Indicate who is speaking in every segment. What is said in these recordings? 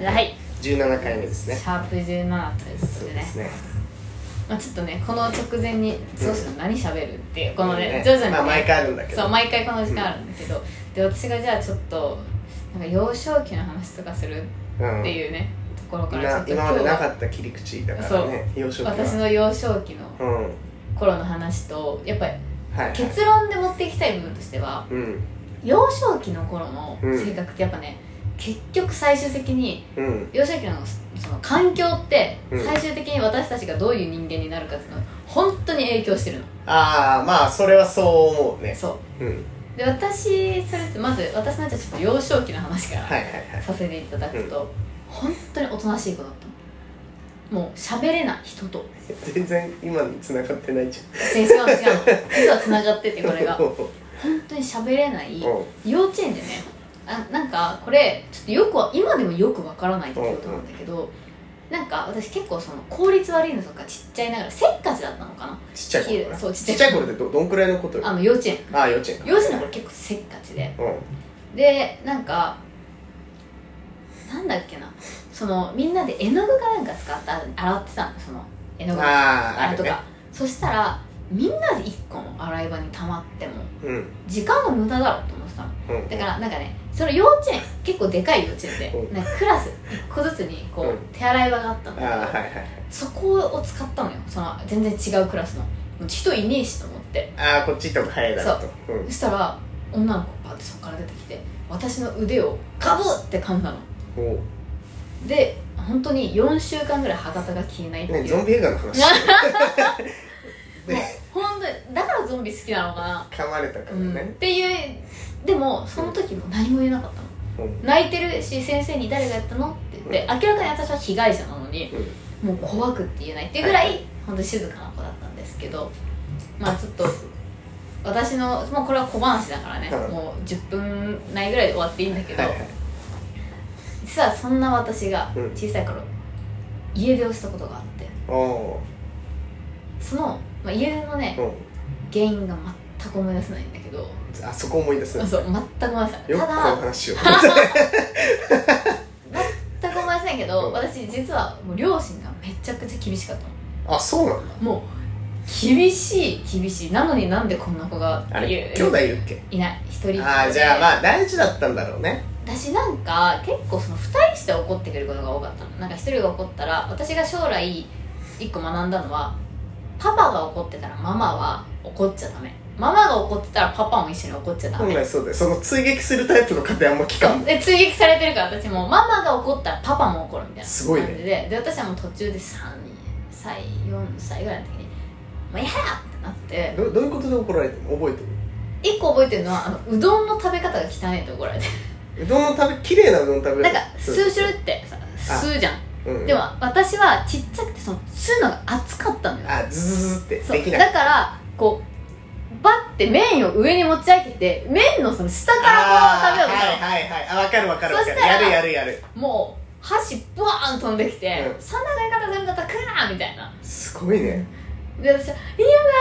Speaker 1: はい
Speaker 2: 17回目ですね
Speaker 1: シャープ17ということ
Speaker 2: そう
Speaker 1: で
Speaker 2: で
Speaker 1: ね
Speaker 2: すね
Speaker 1: まあ、ちょっとねこの直前にどうする何しゃべるっていうこのね
Speaker 2: ね
Speaker 1: 徐々に、ね
Speaker 2: まあ毎回あるんだけど
Speaker 1: そう毎回この時間あるんだけど、で私がじゃあちょっとなんか幼少期の話とかする
Speaker 2: うん
Speaker 1: っていうね、ところからちょっ
Speaker 2: 今
Speaker 1: と
Speaker 2: 今ま
Speaker 1: 日
Speaker 2: でな
Speaker 1: は
Speaker 2: かった切り口だからね幼少期は
Speaker 1: 私の幼少期の
Speaker 2: うんはい
Speaker 1: 頃の話とやっぱり
Speaker 2: はい
Speaker 1: 結論で持っていきたい部分としては
Speaker 2: うん
Speaker 1: 幼少期の頃の
Speaker 2: うん
Speaker 1: 性格ってやっぱね、結局最終的に
Speaker 2: うん
Speaker 1: 幼少期のその環境って
Speaker 2: うん
Speaker 1: 最終的に私たちがどういう人間になるかっていうのは本当に影響してるの
Speaker 2: ああまあそれはそう思うね
Speaker 1: そう
Speaker 2: うん
Speaker 1: で私それってまず私なんてちょっと幼少期の話か
Speaker 2: はい
Speaker 1: ら
Speaker 2: はいはい
Speaker 1: させていただくと、本当におとなしい子だったのもう喋れない人と
Speaker 2: 全然今に繋がってないじ
Speaker 1: 違う違うの実はつながってて
Speaker 2: ゃん
Speaker 1: これが
Speaker 2: う
Speaker 1: 本
Speaker 2: ん
Speaker 1: 当に喋れない幼稚園でねあなんかこれちょっとよくは今でもよくわからないってことなんだけどなんか私結構その効率悪いのとかちっちゃいながらせっかちだったのかな
Speaker 2: ちっちゃい頃かな
Speaker 1: そうち
Speaker 2: ち
Speaker 1: っち
Speaker 2: っち
Speaker 1: ゃ
Speaker 2: ゃ
Speaker 1: い
Speaker 2: い頃ってどどんくらいのことよ
Speaker 1: あの幼稚園
Speaker 2: ああ幼稚園か
Speaker 1: 幼稚園の頃結構せっかちで
Speaker 2: うん
Speaker 1: でなんかなんだっけなそのみんなで絵の具かなんか使って洗ってたのその絵の具の
Speaker 2: あ
Speaker 1: あ
Speaker 2: ああ
Speaker 1: れ
Speaker 2: る
Speaker 1: と
Speaker 2: ね
Speaker 1: かそしたらみんなで1個の洗い場に溜まっても
Speaker 2: うん
Speaker 1: 時間が無駄だろうと思ってたの
Speaker 2: うん
Speaker 1: だからなんかねその幼稚園結構でかい幼稚園
Speaker 2: う
Speaker 1: で
Speaker 2: ん
Speaker 1: なんかクラス1個ずつにこ
Speaker 2: う
Speaker 1: うん手洗い場があったん
Speaker 2: あ
Speaker 1: だ
Speaker 2: あ
Speaker 1: け
Speaker 2: は
Speaker 1: ど
Speaker 2: いはいはい
Speaker 1: そこを使ったのよその全然違うクラスの人いねえしと思って
Speaker 2: ああこっち行った方が早いだろうとうん
Speaker 1: そしたら女の子がパッてそこから出てきて私の腕をガブって噛んだの
Speaker 2: おう
Speaker 1: で本当に4週間ぐらい歯型が消えないって
Speaker 2: ね
Speaker 1: い
Speaker 2: ゾ
Speaker 1: う、
Speaker 2: ンビ映画の話
Speaker 1: もう
Speaker 2: ね
Speaker 1: 本当にだからゾンビ好きなのかな、
Speaker 2: 噛まれたか
Speaker 1: う
Speaker 2: ら
Speaker 1: ん、っ
Speaker 2: ね
Speaker 1: ていうでもその時も何も言えなかったの
Speaker 2: うん
Speaker 1: 泣いてるし先生に誰がやったのって言って明らかに私は被害者なのに
Speaker 2: うん
Speaker 1: もう怖くって言えないっていうぐらい本当に静かな子だったんですけどまあちょっと私のもうこれは小話だからね、
Speaker 2: うん
Speaker 1: もう10分内ぐらいで終わっていいんだけど、
Speaker 2: はいはい
Speaker 1: 実はそんな私が
Speaker 2: うん
Speaker 1: 小さい頃、家出をしたことがあって
Speaker 2: おう
Speaker 1: その、まあ、家出のね
Speaker 2: うん
Speaker 1: 原因が全く思い出せないんだけど、
Speaker 2: あそこ思い出すな
Speaker 1: そう全く思い出せない
Speaker 2: よく
Speaker 1: た
Speaker 2: この
Speaker 1: だ
Speaker 2: 話を
Speaker 1: 全く思い出せないけど、
Speaker 2: うん
Speaker 1: 私実はもう両親がめちゃくちゃ厳しかったの
Speaker 2: あそうなんだ
Speaker 1: もう厳しい厳しいなのになんでこんな子が
Speaker 2: あ
Speaker 1: ってい
Speaker 2: れ
Speaker 1: う
Speaker 2: 兄弟いるっけ
Speaker 1: いない一人っ子で
Speaker 2: ああじゃあまあ大事だったんだろうね
Speaker 1: 私なんか結構その2人して怒ってくることが多かったのなんか1人が怒ったら私が将来1個学んだのはパパが怒ってたらママは怒っちゃダメママが怒ってたらパパも一緒に怒っちゃダ
Speaker 2: 本
Speaker 1: メ、
Speaker 2: 来そうだよその追撃するタイプの家庭あんま聞かんもん
Speaker 1: で追撃されてるから私もママが怒ったらパパも怒るみたいな
Speaker 2: すごいね
Speaker 1: 感じで、で私はもう途中で3歳4歳ぐらいの時に「もうやだ!」ってなって
Speaker 2: どどういうことで怒られてるの覚えて
Speaker 1: 一個覚えてるのはあのうどんの食べ方が汚いと怒られて
Speaker 2: るうどんの食べ綺麗なうどん食べ
Speaker 1: な
Speaker 2: れ
Speaker 1: ん
Speaker 2: る
Speaker 1: か吸うするってさ吸うじゃん
Speaker 2: うん
Speaker 1: でも私はちっちゃくてその吸うのが熱かったのよ
Speaker 2: あズズズって
Speaker 1: そう
Speaker 2: できな
Speaker 1: だ
Speaker 2: い
Speaker 1: からこうバッて麺を上に持ち上げて麺のその下からこう食べようとしたの
Speaker 2: あーはいはいはいあ分かる分かる分か
Speaker 1: そ
Speaker 2: る
Speaker 1: したら
Speaker 2: やるやるやる
Speaker 1: もう箸ブワーン飛んできて、
Speaker 2: うん
Speaker 1: そんな食い方全部だったらクーみたいな
Speaker 2: すごいね
Speaker 1: で私は「嫌だうどん食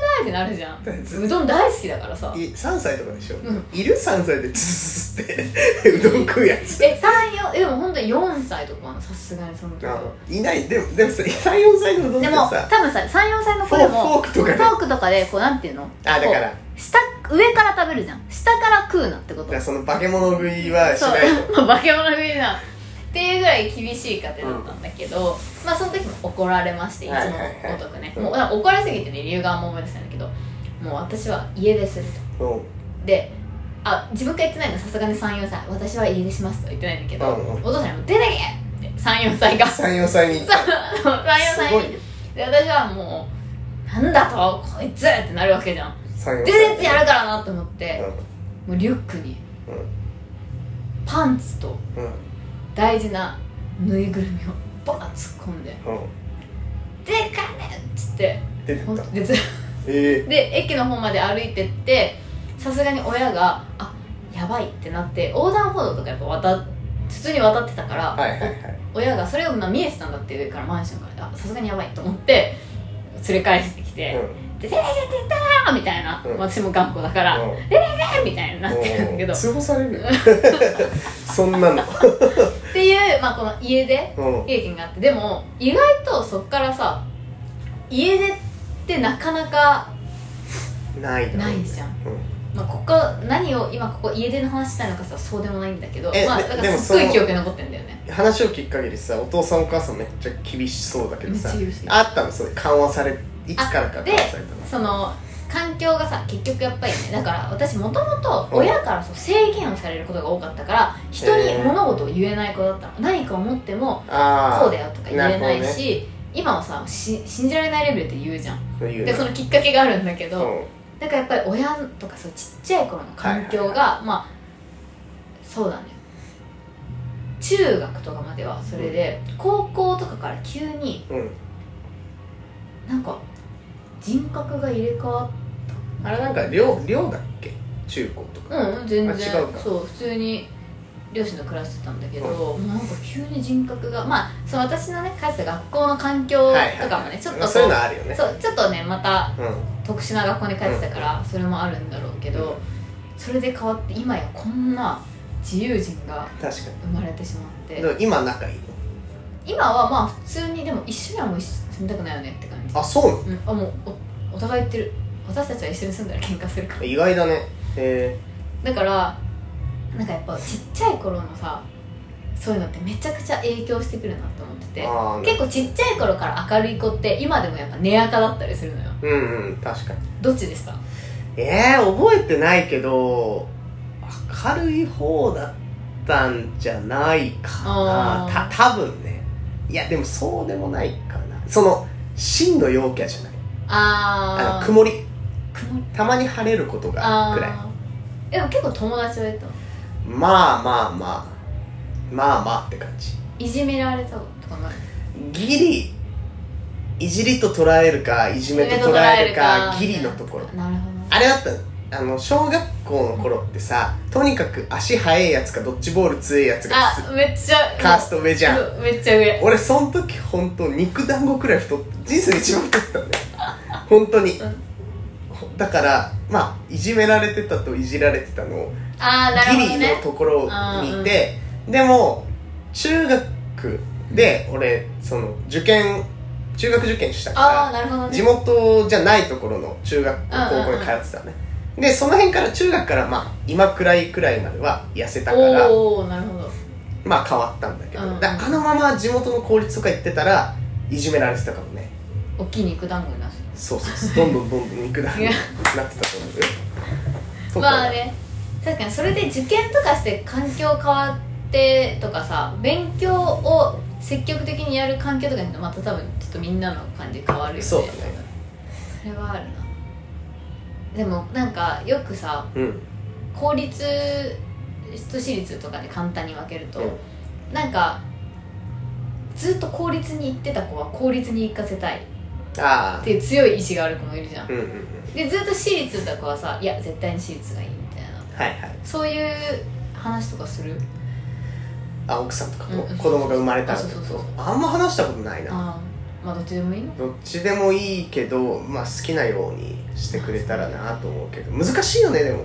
Speaker 1: べたい!」ってなるじゃん
Speaker 2: だ ず
Speaker 1: うどん大好きだからさ
Speaker 2: い3歳とかでしょ、
Speaker 1: うん
Speaker 2: いる3歳でズズズって うどん食うやつ
Speaker 1: え三34でも本当に4歳とかはさすがにその時は
Speaker 2: あいないでもでもさ34歳のうどんっ
Speaker 1: で
Speaker 2: て
Speaker 1: も多
Speaker 2: さ
Speaker 1: 分さ34歳の子でも
Speaker 2: フォークとかね
Speaker 1: フォークとかでこうなんていうの
Speaker 2: あだから
Speaker 1: こう下上から食べるじゃん下から食うなってこ
Speaker 2: だ
Speaker 1: と
Speaker 2: からその化け物食いはし
Speaker 1: そう
Speaker 2: ないと
Speaker 1: まあ化け物食いなっていうぐらい厳しい家庭だったんだけど、まあその時も怒られましていつも
Speaker 2: はいはいはい
Speaker 1: ごとくね、
Speaker 2: うん
Speaker 1: もうだから怒られすぎてね理由があんま思い出せないんだけどもう私は家出すると
Speaker 2: うん
Speaker 1: であ自分から言ってないのさすがに34歳私は家出しますとは言ってないんだけど、
Speaker 2: うんうん
Speaker 1: お父さんにも出てけって34歳が34
Speaker 2: 34歳に行った
Speaker 1: 歳
Speaker 2: すごい
Speaker 1: にで私はもうなんだとこいつってなるわけじゃん
Speaker 2: 34
Speaker 1: 出てってやるからなと思って
Speaker 2: うん
Speaker 1: もうリュックに
Speaker 2: うん
Speaker 1: パンツと
Speaker 2: うん
Speaker 1: 大事なぬいぐるみをバーン突っ込んで
Speaker 2: う
Speaker 1: 「でかね!」っつって
Speaker 2: ん出てっ
Speaker 1: 本
Speaker 2: た
Speaker 1: 当でず
Speaker 2: え
Speaker 1: で駅の方まで歩いてってさすがに親が「あやばい」ってなって横断歩道とかやっぱ渡っ普通に渡ってたから、
Speaker 2: ー、はいはいはい
Speaker 1: 親がそれをまあ見えてたんだって上からマンションからあさすがにやばいと思って連れ返してきて「で出て出てた!」みたいな、
Speaker 2: うん
Speaker 1: 私も頑固だから「
Speaker 2: うん
Speaker 1: えーみたいになってるんだけ
Speaker 2: う
Speaker 1: ど
Speaker 2: ん通報されるよそんなの
Speaker 1: っていうでまあこの家出
Speaker 2: うん
Speaker 1: 経験があってでも意外とそっからさ家出ってなかなか、
Speaker 2: ないだろうね
Speaker 1: ないじゃん
Speaker 2: うん
Speaker 1: まあ、ここ何を今ここ家出の話したいのかさそうでもないんだけど
Speaker 2: え
Speaker 1: まあ
Speaker 2: で
Speaker 1: だか
Speaker 2: で
Speaker 1: ら
Speaker 2: も
Speaker 1: すっご
Speaker 2: そ
Speaker 1: い
Speaker 2: の
Speaker 1: 記憶に残ってんだよね
Speaker 2: 話を聞く限りさお父さんお母さんめっちゃ厳しそうだけどさ
Speaker 1: めっちゃ厳しい
Speaker 2: あったのそれ緩和されいつからか緩和されたの
Speaker 1: その環境がさ結局やっぱりねだから私もともと親からそう制限をされることが多かったから人に物事を言えない子だったの、何か思っても
Speaker 2: ああ
Speaker 1: そうだよとか言えない
Speaker 2: なるほど
Speaker 1: し、今はさし信じられないレベルって言うじゃん
Speaker 2: そういう
Speaker 1: で
Speaker 2: な
Speaker 1: そのきっかけがあるんだけど、
Speaker 2: うん
Speaker 1: だからやっぱり親とかそうちっちゃい頃の環境が、
Speaker 2: はいはい
Speaker 1: まあそうだね中学とかまではそれで、高校とかから急に
Speaker 2: うん
Speaker 1: なんか人格が入れ替わっ
Speaker 2: あれなんか寮寮だっけ中高とか
Speaker 1: うん全然
Speaker 2: あ違うか
Speaker 1: そう普通に両親と暮らしてたんだけど、もうなんか急に人格がまあその私のね帰ってた学校の環境とかもね、ちょっとこ
Speaker 2: まあそういうのあるよね
Speaker 1: そうちょっとねまた
Speaker 2: うん
Speaker 1: 特殊な学校に通ってたからそれもあるんだろうけど、
Speaker 2: うん
Speaker 1: それで変わって今やこんな自由人が
Speaker 2: 確か
Speaker 1: 生まれてしまっ
Speaker 2: に
Speaker 1: て
Speaker 2: でも今仲いいの
Speaker 1: 今はまあ普通にでも一緒にはもう一緒に住みたくないよねって感じ
Speaker 2: あそうなの
Speaker 1: うん、あもうおお互い言ってる私たちは一緒に住んだら喧嘩するから
Speaker 2: 意外だねへ
Speaker 1: だからなんかやっぱちっちゃい頃のさそういうのってめちゃくちゃ影響してくるなと思って
Speaker 2: え
Speaker 1: て
Speaker 2: ああ
Speaker 1: 結構ちっちゃい頃から明るい子って今でもやっぱ根垢だったりするのよ
Speaker 2: うんうん確かに
Speaker 1: どっちでした
Speaker 2: えー、覚えてないけど明るい方だったんじゃないか
Speaker 1: あ
Speaker 2: な
Speaker 1: ー
Speaker 2: た多分ねいやでもそうでもないかなその真の陽キャじゃない
Speaker 1: あ
Speaker 2: あの
Speaker 1: ー
Speaker 2: 曇り
Speaker 1: 曇り
Speaker 2: たまに晴れることがあ
Speaker 1: あ
Speaker 2: るくらい
Speaker 1: ーでも結構友達はいたの
Speaker 2: まあまあまあまあまあって感じ
Speaker 1: いじめられたことかない
Speaker 2: ギリいじりと捉えるかいじめと捉えるかギリのところ
Speaker 1: なるほ
Speaker 2: あれだったのあの小学校の頃ってさとにかく足速いやつかドッジボール強いやつ
Speaker 1: ど
Speaker 2: が
Speaker 1: あめっちゃ
Speaker 2: カースト上じゃん
Speaker 1: うんめっちゃ上
Speaker 2: 俺その時本当肉団子くらい太って人生で一番太ってたんだよ本当に、
Speaker 1: うん
Speaker 2: だからまあいじめられてたといじられてたのを
Speaker 1: ああなるほ
Speaker 2: ギリ
Speaker 1: ど
Speaker 2: の
Speaker 1: ね
Speaker 2: ところにいて、でも中学で俺その受験中学受験した
Speaker 1: ああ
Speaker 2: か
Speaker 1: なるほど
Speaker 2: ら
Speaker 1: ね
Speaker 2: 地元じゃないところの中学校
Speaker 1: うんうん
Speaker 2: 高校
Speaker 1: うん
Speaker 2: に通ってたのね、でその辺から中学からまあ今くらいくらいまでは痩せたから
Speaker 1: おおなるほど
Speaker 2: まあ変わったんだけど、
Speaker 1: うんうん
Speaker 2: だあのまま地元の公立とか行ってたらいじめられてたかもね
Speaker 1: 大きい肉団子になって
Speaker 2: そうそ うそうどんどんどんどん肉だに
Speaker 1: い
Speaker 2: な
Speaker 1: や
Speaker 2: ってたと思うよ
Speaker 1: た
Speaker 2: とか
Speaker 1: まあね確かにそれで受験とかして環境変わってとかさ勉強を積極的にやる環境とかになるとまた多分ちょっとみんなの感じ変わるよね
Speaker 2: そうだね
Speaker 1: それはあるなでもなんかよくさ
Speaker 2: うん
Speaker 1: 公立と私立とかで簡単に分けると、なんかずっと公立に行ってた子は公立に行かせたいっ
Speaker 2: ああ
Speaker 1: ていう強い意志がある子もいるじゃん
Speaker 2: うんうんうん
Speaker 1: でずっと私立だった子はさいや絶対に私立がいいみたいな
Speaker 2: はいはい
Speaker 1: そういう話とかする
Speaker 2: あ奥さんとかと
Speaker 1: うん
Speaker 2: 子供が生まれた
Speaker 1: あそうそうそう
Speaker 2: あんま話したことないな
Speaker 1: ああまあどっちでもいいの
Speaker 2: どっちでもいいけど、まあ、好きなようにしてくれたらなと思うけど難しいよねでも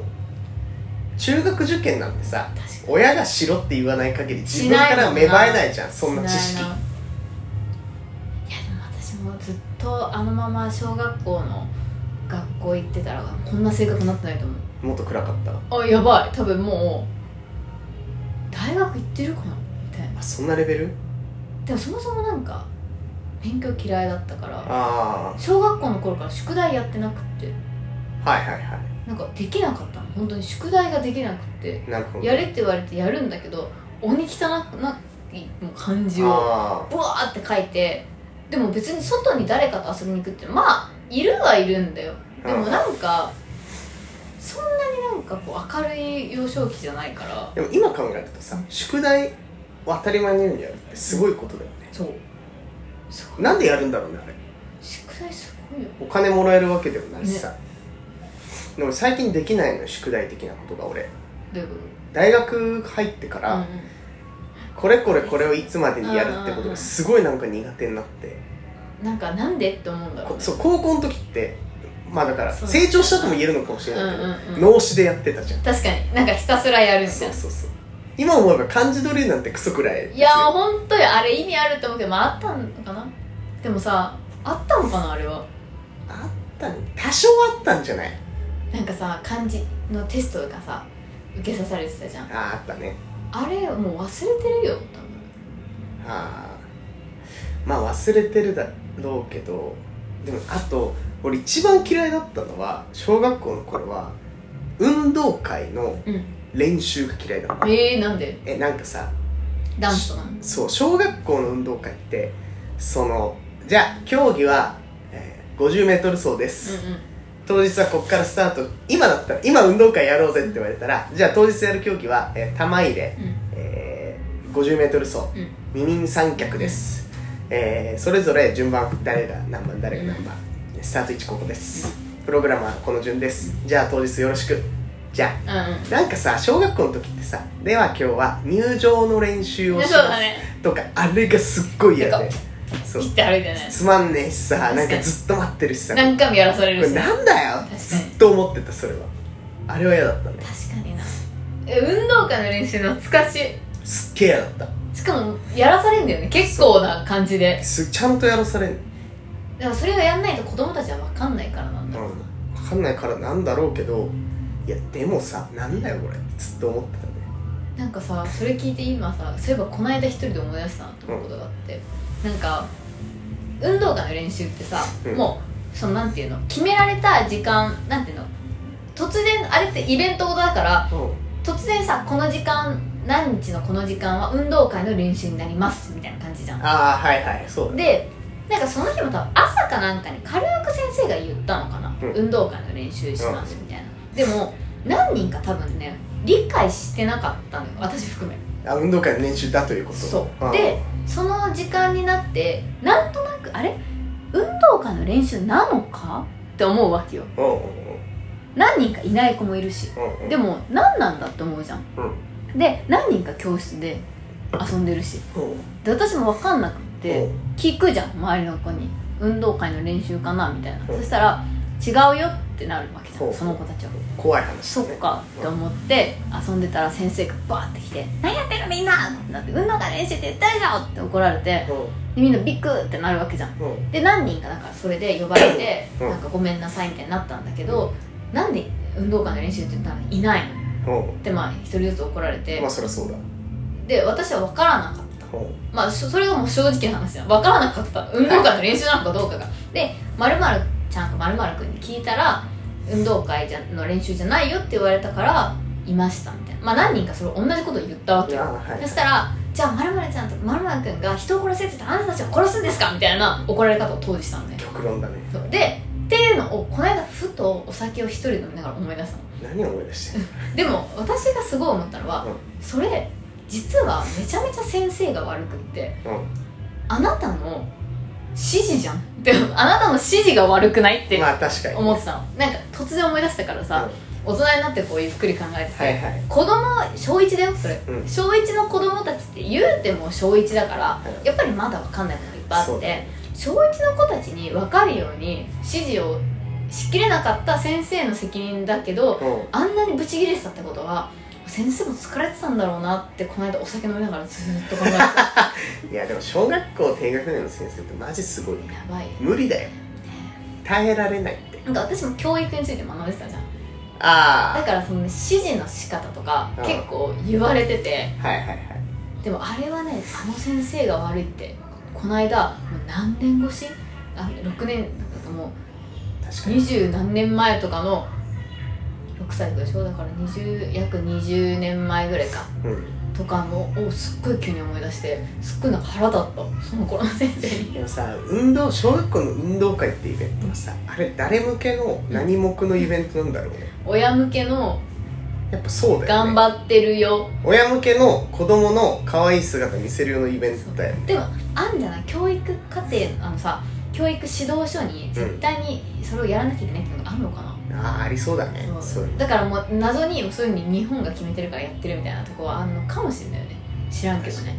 Speaker 2: 中学受験なんてさ
Speaker 1: 確か
Speaker 2: 親がしろって言わない限り自
Speaker 1: し
Speaker 2: 分
Speaker 1: ない
Speaker 2: か
Speaker 1: もんな
Speaker 2: ら芽生えないじゃんそんな
Speaker 1: に
Speaker 2: 知識
Speaker 1: いやでも私もずっとあのまま小学校の学校行ってたらこんな性格になってないと思う
Speaker 2: もっと暗かった
Speaker 1: あやばい多分もう大学行ってるかなみたいな
Speaker 2: あそんなレベル
Speaker 1: でもそもそもなんか勉強嫌いだったから
Speaker 2: あ
Speaker 1: 小学校の頃から宿題やってなくって
Speaker 2: あはいはいは
Speaker 1: なんかできなかったの本当に宿題ができなくって
Speaker 2: いなるほど
Speaker 1: やれって言われてやるんだけど鬼汚くないもう感じを
Speaker 2: あ
Speaker 1: ブワーって書いてでも別に外に誰かと遊びに行くってまあいるはいるんだよ
Speaker 2: ー
Speaker 1: でも
Speaker 2: うん
Speaker 1: なんかそんなになんかこう明るい幼少期じゃないから
Speaker 2: でも今考えるとさ宿題を当たり前のようにやるってすごいことだよね
Speaker 1: そうすごい
Speaker 2: なんでやるんだろうねあれ
Speaker 1: 宿題すごいよ
Speaker 2: お金もらえるわけでもないしさ、でも最近できないのよ宿題的なことが俺
Speaker 1: どういうこ
Speaker 2: 大学入ってか
Speaker 1: と
Speaker 2: ら、
Speaker 1: うんうん
Speaker 2: これこれこれをいつまでにやるってことがすごいなんか苦手になって、
Speaker 1: なんかなんでって思うんだろう
Speaker 2: こ
Speaker 1: ね
Speaker 2: そう高校の時ってまあだから
Speaker 1: そう
Speaker 2: 成長したとも言えるのかもしれないけど、
Speaker 1: うんうんうん
Speaker 2: 脳死でやってたじゃん
Speaker 1: 確かになんかひたすらやるみたい
Speaker 2: そう
Speaker 1: な
Speaker 2: そうそう今思えば漢字奴隷なんてクソくらいですよ
Speaker 1: いやー本当よあれ意味あると思うけどまああったのかなでもさあったのかなあれは
Speaker 2: あったん多少あったんじゃない
Speaker 1: なんかさ漢字のテストがさ受けさされてたじゃん
Speaker 2: あああったね
Speaker 1: あれもう忘れてるよ多分
Speaker 2: あーまあ忘れてるだろうけどでもあと俺一番嫌いだったのは小学校の頃は運動会の
Speaker 1: うん
Speaker 2: 練習が嫌いだった
Speaker 1: えー、なんで
Speaker 2: えなんかさ
Speaker 1: ダンスとかなの
Speaker 2: そう小学校の運動会ってそのじゃあ競技は、えー、50m 走です、
Speaker 1: うんうん
Speaker 2: 当日はこっからスタート今だったら今運動会やろうぜって言われたらじゃあ当日やる競技は、えー玉入れ、
Speaker 1: うん
Speaker 2: えー、50m 走
Speaker 1: うん
Speaker 2: 二人三脚です、えーそれぞれ順番誰が何番誰が何番スタート位置ここですプログラマーこの順ですじゃあ当日よろしくじゃ
Speaker 1: うんうん
Speaker 2: あなんかさ小学校の時ってさでは今日は入場の練習をし
Speaker 1: そう
Speaker 2: ま
Speaker 1: だね
Speaker 2: すとかあれがすっごい嫌で
Speaker 1: なんか
Speaker 2: そう
Speaker 1: 切って歩いてね
Speaker 2: つまんねえしさ
Speaker 1: 確か
Speaker 2: なん
Speaker 1: に
Speaker 2: かずっと待ってるしさこ
Speaker 1: 何回もやらされる
Speaker 2: れ
Speaker 1: しね
Speaker 2: なんだよ
Speaker 1: 確かに
Speaker 2: ずっと思ってたそれはあれは嫌だったね
Speaker 1: 確かになえ運動会の練習懐かしい
Speaker 2: すっげえ嫌だった
Speaker 1: しかもやらされんだよね結構な感じです
Speaker 2: ちゃんとやらされん
Speaker 1: でもそれをやんないと子供たちは分かんないからなんだろう
Speaker 2: うん、分かんないからなんだろうけどいやでもさなんだよこれってずっと思ってたね
Speaker 1: なんかさそれ聞いて今さそういえばこの間一人で思い出したなってことがあって、なんか運動会の練習ってさ、
Speaker 2: うん
Speaker 1: もうそのなんていうの決められた時間なんていうの突然あれってイベントごとだから
Speaker 2: う
Speaker 1: 突然さこの時間何日のこの時間は運動会の練習になりますみたいな感じじゃん
Speaker 2: ああはいはいそうだね
Speaker 1: でなんかその日も多分朝かなんかに軽く先生が言ったのかな、
Speaker 2: うん
Speaker 1: 運動会の練習しますみたいな、でも何人か多分ね理解してなかったのよ私含め
Speaker 2: あ運動会の練習だということ
Speaker 1: そう、
Speaker 2: ん
Speaker 1: でその時間になってなんとなくあれ運動会の練習なのかって思うわけよ
Speaker 2: うんうん
Speaker 1: 何人かいない子もいるし
Speaker 2: うんうん
Speaker 1: でも何なんだって思うじゃん
Speaker 2: うん
Speaker 1: で何人か教室で遊んでるし
Speaker 2: うん
Speaker 1: で私も分かんなくって
Speaker 2: うん
Speaker 1: 聞くじゃん周りの子に運動会の練習かなみたいなそしたら違うよってなるわけじゃ
Speaker 2: うんん
Speaker 1: その子たちは
Speaker 2: 怖い話
Speaker 1: そ
Speaker 2: だ
Speaker 1: っ
Speaker 2: ね
Speaker 1: かって思って遊んでたら先生がバーって来て「何やってるみんな!」ってなって「運動会の練習って言ったでしょ!」って怒られて
Speaker 2: う
Speaker 1: でみんなビッグってなるわけじゃん
Speaker 2: んうん
Speaker 1: で何人かだからそれで呼ばれて「
Speaker 2: うん
Speaker 1: なんかごめんなさい」みたいになったんだけどなんで運動会の練習って言ったのにいないの
Speaker 2: う
Speaker 1: ってまあ一人ずつ怒られ
Speaker 2: ん
Speaker 1: て
Speaker 2: まあそりゃそうだ
Speaker 1: で私は分からなかった
Speaker 2: うん
Speaker 1: まあそそれがもう正直な話だ分からなかった運動会の練習なのかどうかがでまるまるちゃんかまるまるくんに聞いたら運動会じゃの練習じゃないよって言われたからいましたみたいなまあ何人かそれ同じこと言ったわけ
Speaker 2: いや
Speaker 1: よ
Speaker 2: は
Speaker 1: そ
Speaker 2: い
Speaker 1: したらじゃあまるまるちゃんとまるまるくんが人を殺せって言ってあなたたちを殺すんですかみたいな怒られ方を当時したのね
Speaker 2: 極論だね
Speaker 1: そうでっていうのをこの間ふとお酒を一人飲みながら思い出したの
Speaker 2: 何を思い出してんの
Speaker 1: でも私がすごい思ったのは、
Speaker 2: うん
Speaker 1: それ実はめちゃめちゃ先生が悪くって
Speaker 2: う
Speaker 1: あなたの指示じゃんでもあなたの指示が悪くないっ
Speaker 2: ん
Speaker 1: て
Speaker 2: まあ確かに
Speaker 1: 思ってたのなんか突然思い出したから
Speaker 2: う
Speaker 1: さ
Speaker 2: ん、
Speaker 1: 大人になってこうゆっくり考えてて、
Speaker 2: はいはい
Speaker 1: 子供小1だよそれ、
Speaker 2: うん
Speaker 1: 小1の子供たちって言うても小1だから、
Speaker 2: うん
Speaker 1: やっぱりまだ分かんないことがいっぱいあ
Speaker 2: そ
Speaker 1: っ
Speaker 2: うだ
Speaker 1: て
Speaker 2: ね
Speaker 1: 小1の子たちに分かるように指示をしきれなかった先生の責任だけど
Speaker 2: うん
Speaker 1: あんなにブチギレてたってことは先生も疲れてたんだろうなってこの間お酒飲みながらずーっと考え てたや
Speaker 2: いやでも小学校低学年の先生ってマジすごいね
Speaker 1: ばいよ
Speaker 2: 無理だよ耐えられないって
Speaker 1: なんか私も教育について学んでたじゃんだ
Speaker 2: あ
Speaker 1: からその指示の仕方とか
Speaker 2: うん
Speaker 1: 結構言われてて
Speaker 2: あはいはいはい
Speaker 1: でもあれはねあの先生が悪いってこの間もう何年越しあ6年も
Speaker 2: 確
Speaker 1: う
Speaker 2: かに
Speaker 1: 二十何年前とかの6歳とかでしょだから20約20年前ぐらいか
Speaker 2: うん
Speaker 1: とかのをすっごい急に思い出してすっごいなんか腹立ったその頃の先生に
Speaker 2: でもさ運動小学校の運動会ってイベントはさあれ誰向けの何目のイベントなんだろうね
Speaker 1: 親向けの
Speaker 2: やっぱそうだよ
Speaker 1: 頑
Speaker 2: ね
Speaker 1: 張ってるよ
Speaker 2: 親向けの子供の可愛い姿見せるようなイベントだよね
Speaker 1: でもあんじゃない教育課程あのさ教育指導書に絶対にそれをやらなきゃいけないっていうのがあるのかな、
Speaker 2: ああありそうだねそう
Speaker 1: だからもう謎にそういうふうに日本が決めてるからやってるみたいなとこはあるのかもしれないよね知らんけどね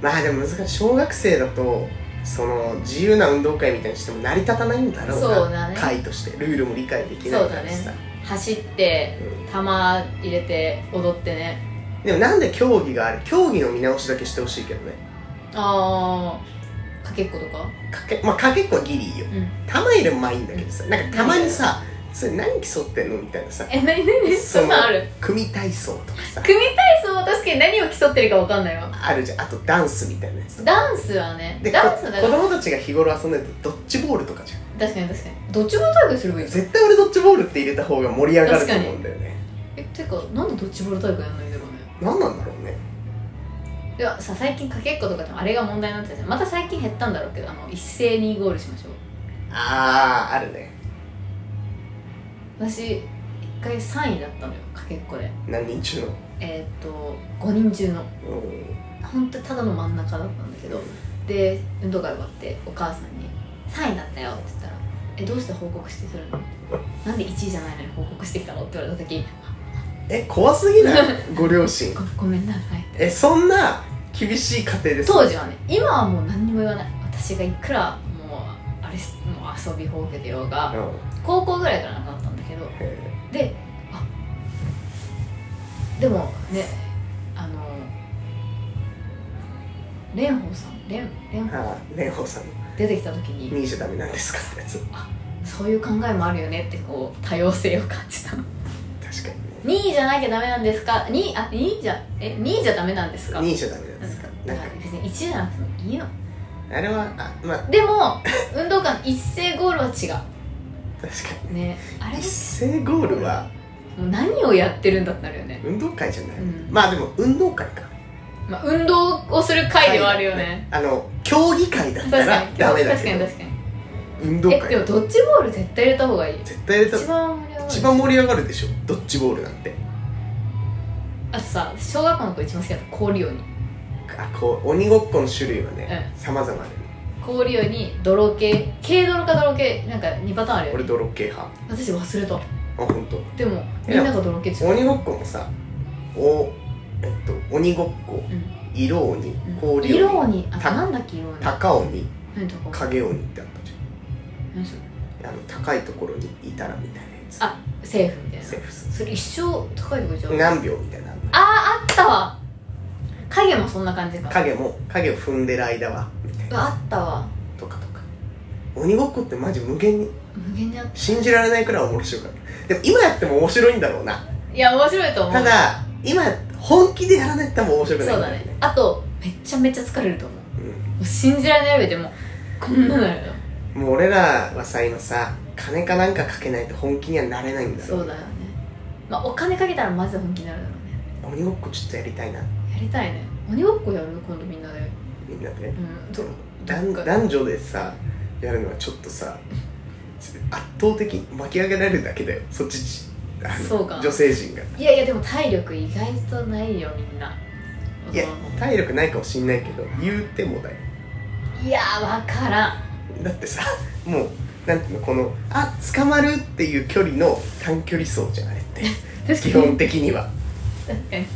Speaker 2: まあでも難しい小学生だとその自由な運動会みたいにしても成り立たないんだろうな
Speaker 1: そうだね
Speaker 2: 会としてルールも理解できないからさ
Speaker 1: そうだ走って
Speaker 2: うん
Speaker 1: 球入れて踊ってね
Speaker 2: でもなんで競技があれ競技の見直しだけしてほしいけどね
Speaker 1: ああかけっことか
Speaker 2: かけまあかけっこはギリいいよ
Speaker 1: うん
Speaker 2: 玉入れもまあいいんだけどさなんかたまにさそれ何競ってんのみたいなさ
Speaker 1: え何何そんなんある
Speaker 2: 組体操とかさ
Speaker 1: 組体操は確かに何を競ってるか分かんないわ
Speaker 2: あるじゃんあとダンスみたいなやつとか
Speaker 1: ダンスはね
Speaker 2: で
Speaker 1: ダンスだか
Speaker 2: こ子
Speaker 1: ら
Speaker 2: 供たちが日頃遊んでるとドッジボールとかじゃん
Speaker 1: 確かに確かにどっちも大会すればいいじゃん
Speaker 2: 絶対俺ドッジボールって入れた方が盛り上がると思うんだよね
Speaker 1: えてかなんでどっちボール大会やんないんだろうね
Speaker 2: 何なんだろうね
Speaker 1: いやさ最近かけっことかでもあれが問題になってたじゃんまた最近減ったんだろうけどあの一斉にゴールしましょう
Speaker 2: あああるね
Speaker 1: 私一回3位だったのよかけっこで
Speaker 2: 何人中の
Speaker 1: えーっと5人中の
Speaker 2: うん
Speaker 1: 本当にただの真ん中だったんだけどで運動会終わってお母さんに「3位だったよ」って言ったら「えどうして報告してくるの?」なんで1位じゃないのに報告してきたの?」って言われた時
Speaker 2: え怖すぎない ご両親
Speaker 1: ごごめんなさい
Speaker 2: えそんな厳しい家庭です
Speaker 1: 当時はね今はもう何にも言わない私がいくらもうあれしもう遊びほうけてよう
Speaker 2: う
Speaker 1: が
Speaker 2: ん
Speaker 1: 高校ぐらいからなかったんだけど
Speaker 2: へ
Speaker 1: であでもねあの蓮舫さん蓮蓮
Speaker 2: ー
Speaker 1: 舫
Speaker 2: あー蓮舫さん
Speaker 1: 出てきた時
Speaker 2: 「
Speaker 1: に
Speaker 2: ミーじゃダメなんですか?」ってやつ
Speaker 1: そういう考えもあるよねってこう多様性を感じたの
Speaker 2: 確かにね
Speaker 1: 2位じゃなきゃダメなんですか2位あ2位じゃえ2位じゃダメなんですか
Speaker 2: ミーじゃダメなん
Speaker 1: な
Speaker 2: で
Speaker 1: ん
Speaker 2: す
Speaker 1: か
Speaker 2: か
Speaker 1: だ
Speaker 2: なん
Speaker 1: か
Speaker 2: から
Speaker 1: 別に1位じゃなくてもいいの
Speaker 2: あれはあまあ
Speaker 1: でも運動会の一斉ゴールは違
Speaker 2: 確か
Speaker 1: うねあれ
Speaker 2: に一斉ゴールは
Speaker 1: もう何をやってるんだってなるよね、
Speaker 2: 運動会じゃない、
Speaker 1: うん
Speaker 2: まあでも運動会か
Speaker 1: まあ、運動をする会ではあるよね
Speaker 2: あの競技会だっ
Speaker 1: 確か
Speaker 2: た
Speaker 1: らに
Speaker 2: ダメだ
Speaker 1: 確か
Speaker 2: け
Speaker 1: に
Speaker 2: ど
Speaker 1: 確かに
Speaker 2: 運動
Speaker 1: えで
Speaker 2: 会
Speaker 1: もドッジボール絶対入れた方がいい
Speaker 2: 絶対やれた
Speaker 1: 一番盛り上がる
Speaker 2: 一番盛り上がるでしょドッジボールなんて
Speaker 1: あとさ小学校の子一番好きだった氷鬼
Speaker 2: あこう鬼ごっこの種類はね
Speaker 1: う
Speaker 2: 様々ある
Speaker 1: 氷鬼泥系軽泥か泥系なんか2パターンあるよ
Speaker 2: 俺
Speaker 1: ね
Speaker 2: 泥系派
Speaker 1: 私忘れた
Speaker 2: あ本当。
Speaker 1: でもみんなが泥系って言って
Speaker 2: 鬼ごっこもさおえっと鬼ごっこ
Speaker 1: たうん
Speaker 2: 色鬼
Speaker 1: うん
Speaker 2: 氷
Speaker 1: 色
Speaker 2: 鬼
Speaker 1: 鬼あ
Speaker 2: た
Speaker 1: なんだっけ色鬼
Speaker 2: 高鬼
Speaker 1: 何とか
Speaker 2: 影鬼ってあったじ
Speaker 1: 何それ
Speaker 2: ゃんあの高いところにいたらみたいなやつ
Speaker 1: あセーフみたいな
Speaker 2: セーフス
Speaker 1: それ一生高いとこ行っちゃう
Speaker 2: 何秒みたいなの
Speaker 1: あああったわ影もそんな感じか
Speaker 2: 影も影を踏んでる間はみたいうな
Speaker 1: わあったわ
Speaker 2: とかとか鬼ごっこってマジ無限に
Speaker 1: 無限にあっ
Speaker 2: 信じられないくらい面白いからでも今やっても面白いんだろうな
Speaker 1: たいや面白いと思う
Speaker 2: ただ今本気でやらないともう面白くな
Speaker 1: そ
Speaker 2: い
Speaker 1: うんだ
Speaker 2: よ
Speaker 1: ねあとめちゃめちゃ疲れると思うも
Speaker 2: うん
Speaker 1: う信じられないレベルでもうこんなのやるよ
Speaker 2: もう俺らはさ今さ金かなんかかけないと本気にはなれないんだろ
Speaker 1: そうだよねまあお金かけたらマジで本気になるだろうね
Speaker 2: 鬼ごっこちょっとやりたいな
Speaker 1: やりたいね鬼ごっこやる今度みんなで
Speaker 2: みんなで
Speaker 1: うんど
Speaker 2: 男
Speaker 1: どっか
Speaker 2: 男女でさやるのはちょっとさ圧倒的巻き上げられるだけだよそっちあの
Speaker 1: そうか
Speaker 2: 女性陣が
Speaker 1: いやいやでも体力意外とないよみんない
Speaker 2: や体力ないかもしんないけど言うてもだよ
Speaker 1: いやわからん
Speaker 2: だってさもうなんていうのこのあ捕まるっていう距離の短距離走じゃんあれ って
Speaker 1: 確
Speaker 2: 基本的には
Speaker 1: 確かに
Speaker 2: ね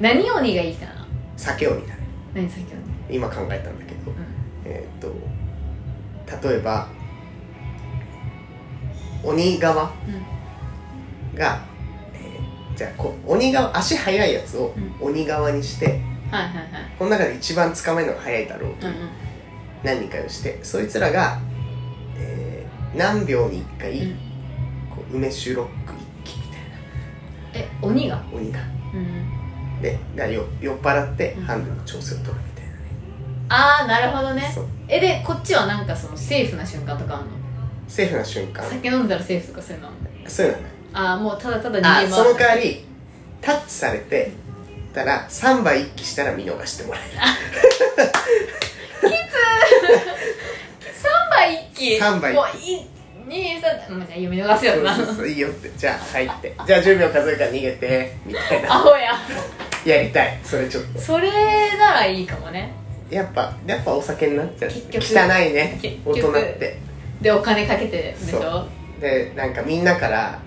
Speaker 1: 何鬼がいいかな
Speaker 2: 酒鬼だね
Speaker 1: 何さっきの
Speaker 2: 今考えたんだけど、
Speaker 1: ん
Speaker 2: えーっと例えば鬼側が、えーじゃあこう鬼側足速いやつを
Speaker 1: うん
Speaker 2: 鬼側にして、
Speaker 1: はいはいはい
Speaker 2: この中で一番捕まえるのが速いだろう
Speaker 1: う
Speaker 2: と
Speaker 1: ん
Speaker 2: いううん何人かをしてそいつらが、えー何秒に1回、
Speaker 1: うん
Speaker 2: こう梅酒ロック1機みたい
Speaker 1: え鬼が
Speaker 2: な鬼が
Speaker 1: うん
Speaker 2: でがよ酔っ払って
Speaker 1: うん
Speaker 2: ハンドの調整を取るみたいなね、
Speaker 1: ああなるほどね
Speaker 2: そう
Speaker 1: えでこっちはなんかそのセーフな瞬間とかあんの
Speaker 2: セーフな瞬間
Speaker 1: 酒飲んだらセーフとかそういうのあんの
Speaker 2: そういうのはない
Speaker 1: ああもうただただ逃げ
Speaker 2: あ
Speaker 1: 回る
Speaker 2: その代わりタッチされてたら3杯一気したら見逃してもらえ
Speaker 1: 3杯一気
Speaker 2: 三杯一
Speaker 1: もうい23もうじゃあ読み逃すよ
Speaker 2: る
Speaker 1: な
Speaker 2: そうそうそういいよってじゃあ入ってじゃあ10秒数えるから逃げてみたい
Speaker 1: ア
Speaker 2: な
Speaker 1: ホや
Speaker 2: やりたいそれちょっと
Speaker 1: それならいいかもね
Speaker 2: やっぱやっぱお酒になっちゃう
Speaker 1: 結局
Speaker 2: 汚いね
Speaker 1: 結
Speaker 2: 大
Speaker 1: 局
Speaker 2: 人って
Speaker 1: でお金かけてでしょ
Speaker 2: でなんかみんなから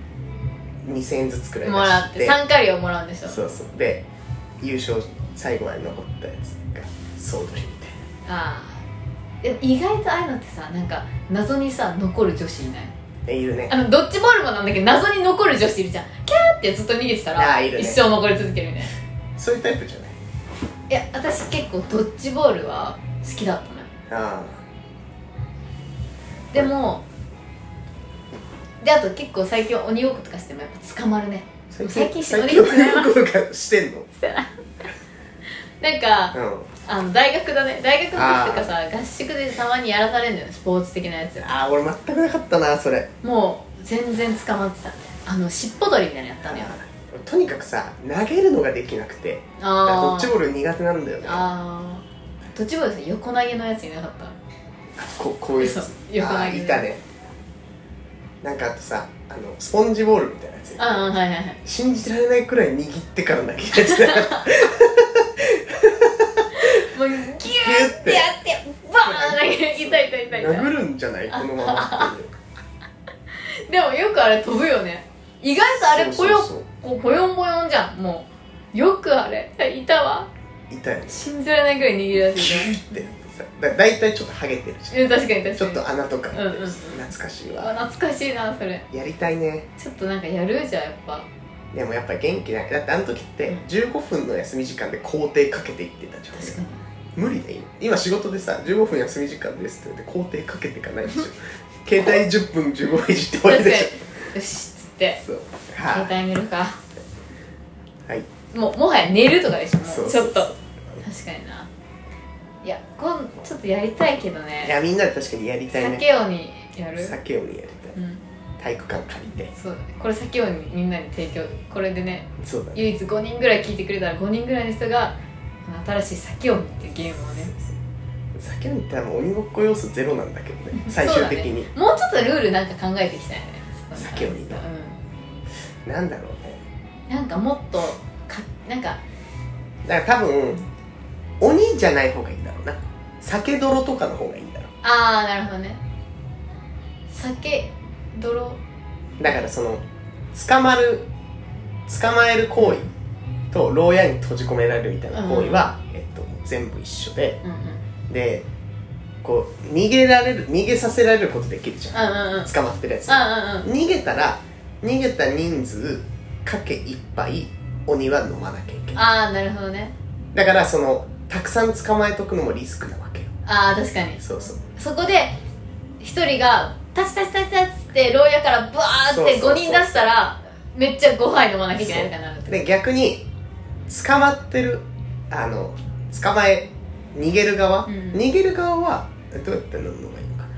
Speaker 2: 2000円ずつくらい出して
Speaker 1: もらって参加料もらうんでしょ
Speaker 2: そうそうで優勝最後まで残ったやつが総取りみたいな
Speaker 1: ああでも意外とああいうのってさなんか謎にさ残る女子いない
Speaker 2: えいるね
Speaker 1: あのドッジボールもなんだけど謎に残る女子いるじゃんキャーってずっと逃げてたら
Speaker 2: あーいるね
Speaker 1: 一生残り続けるみたいな
Speaker 2: そういうタイプじゃない
Speaker 1: いや私結構ドッジボールは好きだったのよ
Speaker 2: あ
Speaker 1: でもであと結構最近は鬼ごっことかしてもやっぱ捕まるね
Speaker 2: あ
Speaker 1: 最近
Speaker 2: 最
Speaker 1: 絞
Speaker 2: 近
Speaker 1: り込み
Speaker 2: 鬼ごっこしてんの
Speaker 1: なんか
Speaker 2: うん
Speaker 1: あの大学だね大学の時とかさ合宿でたまにやらされるのよスポーツ的なやつ
Speaker 2: ああ俺全くなかったなそれ
Speaker 1: もう全然捕まってたんだよあの尻尾取りみたいなのやったのよ
Speaker 2: とにかくさ投げるのができなくてだからド
Speaker 1: あ
Speaker 2: ッジ
Speaker 1: ー
Speaker 2: ボール苦手なんだよね
Speaker 1: あーどっちもですね横投げのやついなかった
Speaker 2: ここういうやつ
Speaker 1: そう横
Speaker 2: あ
Speaker 1: 投げ
Speaker 2: ーいたねなんかあとさあのスポンジボールみたいなやつ
Speaker 1: ああはいはいはい
Speaker 2: 信じられないくらい握ってから投げるやつだ
Speaker 1: もうギュ ーってやってバーン投げ るいたいたいたいた
Speaker 2: 殴るんじゃないこのままっていう
Speaker 1: でもよくあれ飛ぶよね意外 とあれぽよ
Speaker 2: そうそうそう
Speaker 1: こうぽよんぽよんじゃんもうよくあれいたわ
Speaker 2: いたよね
Speaker 1: 信じられないぐらい握るやつ
Speaker 2: キ
Speaker 1: いた
Speaker 2: ューってさだ大体ちょっとハゲてる じゃん
Speaker 1: うん確かに確かに
Speaker 2: ちょっと穴とか
Speaker 1: うんうんうん
Speaker 2: 懐かしいうわ
Speaker 1: わ懐かしいなそれ
Speaker 2: やりたいね
Speaker 1: ちょっとなんかやるじゃんやっぱ
Speaker 2: でもやっぱり元気ないだってあの時って15分の休み時間で校庭かけていってたじゃん
Speaker 1: 確か に
Speaker 2: 無理だよ今仕事でさ15分休み時間ですって言って工程かけていかないでしょ携帯10分15分いじって終わ
Speaker 1: 確
Speaker 2: り
Speaker 1: かに
Speaker 2: でし
Speaker 1: よしっつって
Speaker 2: ょそうは
Speaker 1: 携帯見るか
Speaker 2: い、はい、
Speaker 1: もうもはや寝るとかでしょもう
Speaker 2: そう
Speaker 1: ち
Speaker 2: そう
Speaker 1: ょっと確かにないやこんちょっとやりたいけど
Speaker 2: い
Speaker 1: ね
Speaker 2: やみんなで確かにやりたいね
Speaker 1: 酒をにやる
Speaker 2: 酒をやりたい
Speaker 1: うん
Speaker 2: 体育館借りて
Speaker 1: そうだねこれ酒をみんなに提供これでね
Speaker 2: そうだね
Speaker 1: 唯一5人ぐらい聞いてくれたら5人ぐらいの人がこの新しい酒をっていうゲームをね
Speaker 2: 酒飲んだらもう鬼ごっこ要素ゼロなんだけどね最終的に、
Speaker 1: もうちょっとルールなんか考えていきたいね
Speaker 2: 酒をにな
Speaker 1: う
Speaker 2: なんだろう
Speaker 1: ん
Speaker 2: ね
Speaker 1: なんかもっとかなんか
Speaker 2: だから多分鬼じゃない方がいいんだろうな酒泥とかの方がいいんだろ
Speaker 1: ああなるほどね酒泥
Speaker 2: うだからその捕まる捕まえる行為と牢屋に閉じ込められるみたいな行為は、えっと、全部一緒で
Speaker 1: うんうん
Speaker 2: でこう逃げられる逃げさせられることできるじゃん
Speaker 1: うんうんうん
Speaker 2: 捕まってるやつ
Speaker 1: うんうんうん
Speaker 2: 逃げたら逃げた人数かけ一杯鬼は飲まなきゃいけない
Speaker 1: ああなるほどね
Speaker 2: だからそのたくさん捕まえとくのもリスクなわけよ
Speaker 1: ああ確かに
Speaker 2: そうそう
Speaker 1: そこで一人が「タチタチタチタチ」って牢屋からバー
Speaker 2: そ
Speaker 1: っ
Speaker 2: うそう
Speaker 1: て
Speaker 2: そう
Speaker 1: 5人出したらめっちゃ5杯飲まなきゃいけないとかなるって
Speaker 2: で逆に捕まってるあの捕まえ逃げる側、
Speaker 1: うん
Speaker 2: 逃げる側はどうやって飲むのがいいのかな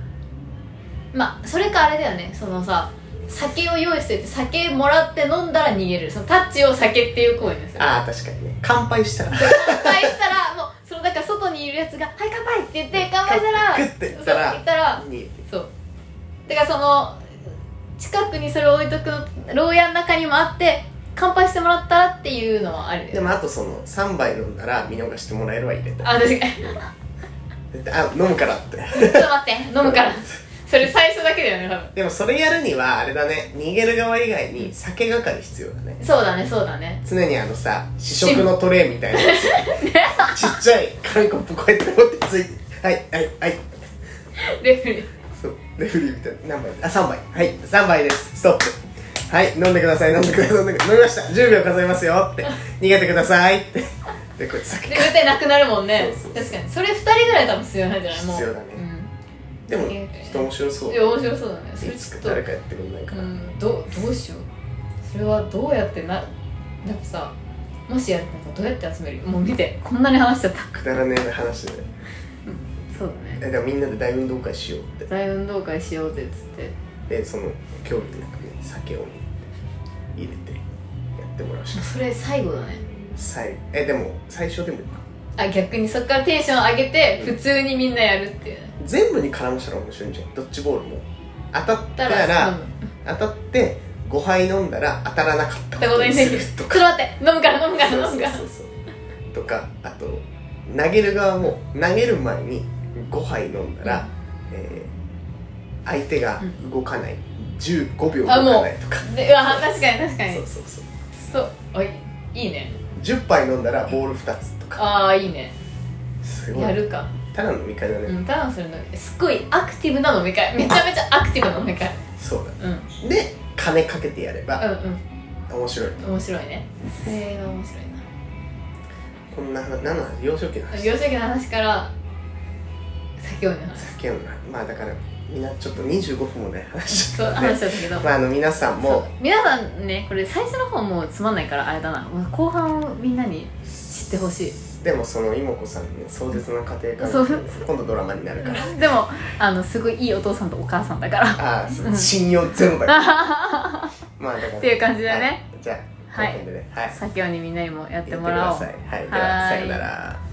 Speaker 1: まあそれかあれだよねそのさ酒を用意しといて酒もらって飲んだら逃げるそのタッチを酒っていう行為です よ
Speaker 2: ああ確かにね乾杯したら
Speaker 1: 乾杯したらもうそのだから外にいるやつが「はい乾杯!」って言って乾杯したら
Speaker 2: グッていったら
Speaker 1: そういったら
Speaker 2: 逃げて
Speaker 1: そうだからその近くにそれを置いとくの牢屋の中にもあって乾杯してもらったらっていうのはある
Speaker 2: でもあとその3杯飲んだら見逃してもらえるは入れた
Speaker 1: あ 確かに
Speaker 2: あ飲むからって
Speaker 1: ちょっと待 って飲むからそれ最初だけだよね多分
Speaker 2: でもそれやるにはあれだね逃げる側以外に酒係必要だね
Speaker 1: そうだねそうだね
Speaker 2: 常にあのさ試食のトレイみたいなやつちっちゃい紙コップこうやって持ってついてはいはいはい
Speaker 1: レフェリー
Speaker 2: そうレフェリーみたいな何杯あ三3杯はい3杯ですストップはい飲んでください飲んでください飲んでください飲みました10秒数えますよって逃げてくださいってでこうやって酒
Speaker 1: で絶対なくなるもんね
Speaker 2: そうそう
Speaker 1: 確かにそれ2人ぐらい多分必要なんじゃないもう
Speaker 2: 必要だねでも人面白そ
Speaker 1: うん、
Speaker 2: う
Speaker 1: いや面白そうだねそ
Speaker 2: い
Speaker 1: れちょ
Speaker 2: つか
Speaker 1: っと
Speaker 2: 誰かやってくんないか
Speaker 1: う
Speaker 2: な、
Speaker 1: んどうどうしようそれはどうやってなだってさもしやるとどうやって集めるもう見てこんなに話しちゃった
Speaker 2: くだらねえ話で
Speaker 1: そうだね
Speaker 2: えでもみんなで大運動会しようって
Speaker 1: 大運動会しようぜっつって
Speaker 2: でその興味なくね酒を入れてやってもらうしか
Speaker 1: それ最後だね
Speaker 2: 最えでも最初でも
Speaker 1: あ逆にそっからテンション上げて普通にみんなやるっていうね
Speaker 2: 全部に絡ましたら面白いんじゃんドッジボールも当たった
Speaker 1: た
Speaker 2: ら
Speaker 1: ら飲む
Speaker 2: 当たって5杯飲んだら当たらなかった
Speaker 1: ってことに
Speaker 2: す
Speaker 1: でき
Speaker 2: る
Speaker 1: る ち
Speaker 2: と
Speaker 1: ょっ
Speaker 2: か
Speaker 1: と待って飲むから飲むから
Speaker 2: そう
Speaker 1: 飲
Speaker 2: そう
Speaker 1: むから
Speaker 2: そうそうとかあと投げる側も投げる前に5杯飲んだら、えー相手が動かない、15秒動かないとか
Speaker 1: でうわ確かに確かに
Speaker 2: そうそうそう
Speaker 1: そうあいいいね
Speaker 2: 10杯飲んだらボール2つとか
Speaker 1: ああいいね
Speaker 2: すごい
Speaker 1: やるか
Speaker 2: ただの飲み会だね、
Speaker 1: うんただそれのすっごいアクティブな飲み会めちゃめちゃアクティブな飲み会
Speaker 2: そう
Speaker 1: う
Speaker 2: だ
Speaker 1: んうん
Speaker 2: で金かけてやれば
Speaker 1: う
Speaker 2: 面白い
Speaker 1: ん面白いねそれは面白いな
Speaker 2: こんな話何の話幼少期の話
Speaker 1: 幼少期の話から先ほどの話
Speaker 2: 酒をなまあだからみんなちょっと25分もね話 しち
Speaker 1: そう
Speaker 2: ゃったね
Speaker 1: 話したんだけど、
Speaker 2: まああの皆さんも
Speaker 1: そう皆さんねこれ最初の方もうつまんないからあれだなもう後半をみんなに知ってほしい
Speaker 2: でもその妹子さんの壮絶な家庭から
Speaker 1: そう
Speaker 2: 今度ドラマになるから
Speaker 1: でもあのすごいいいお父さんとお母さんだから
Speaker 2: ああそう信用ゼロだからまあだから
Speaker 1: っていう感じだね
Speaker 2: はいじゃあ
Speaker 1: はい
Speaker 2: この辺でねはい
Speaker 1: 先ほどにみんなにもやっても
Speaker 2: や
Speaker 1: ら
Speaker 2: っ
Speaker 1: おう
Speaker 2: てくださいはいでは
Speaker 1: はーい
Speaker 2: さよなら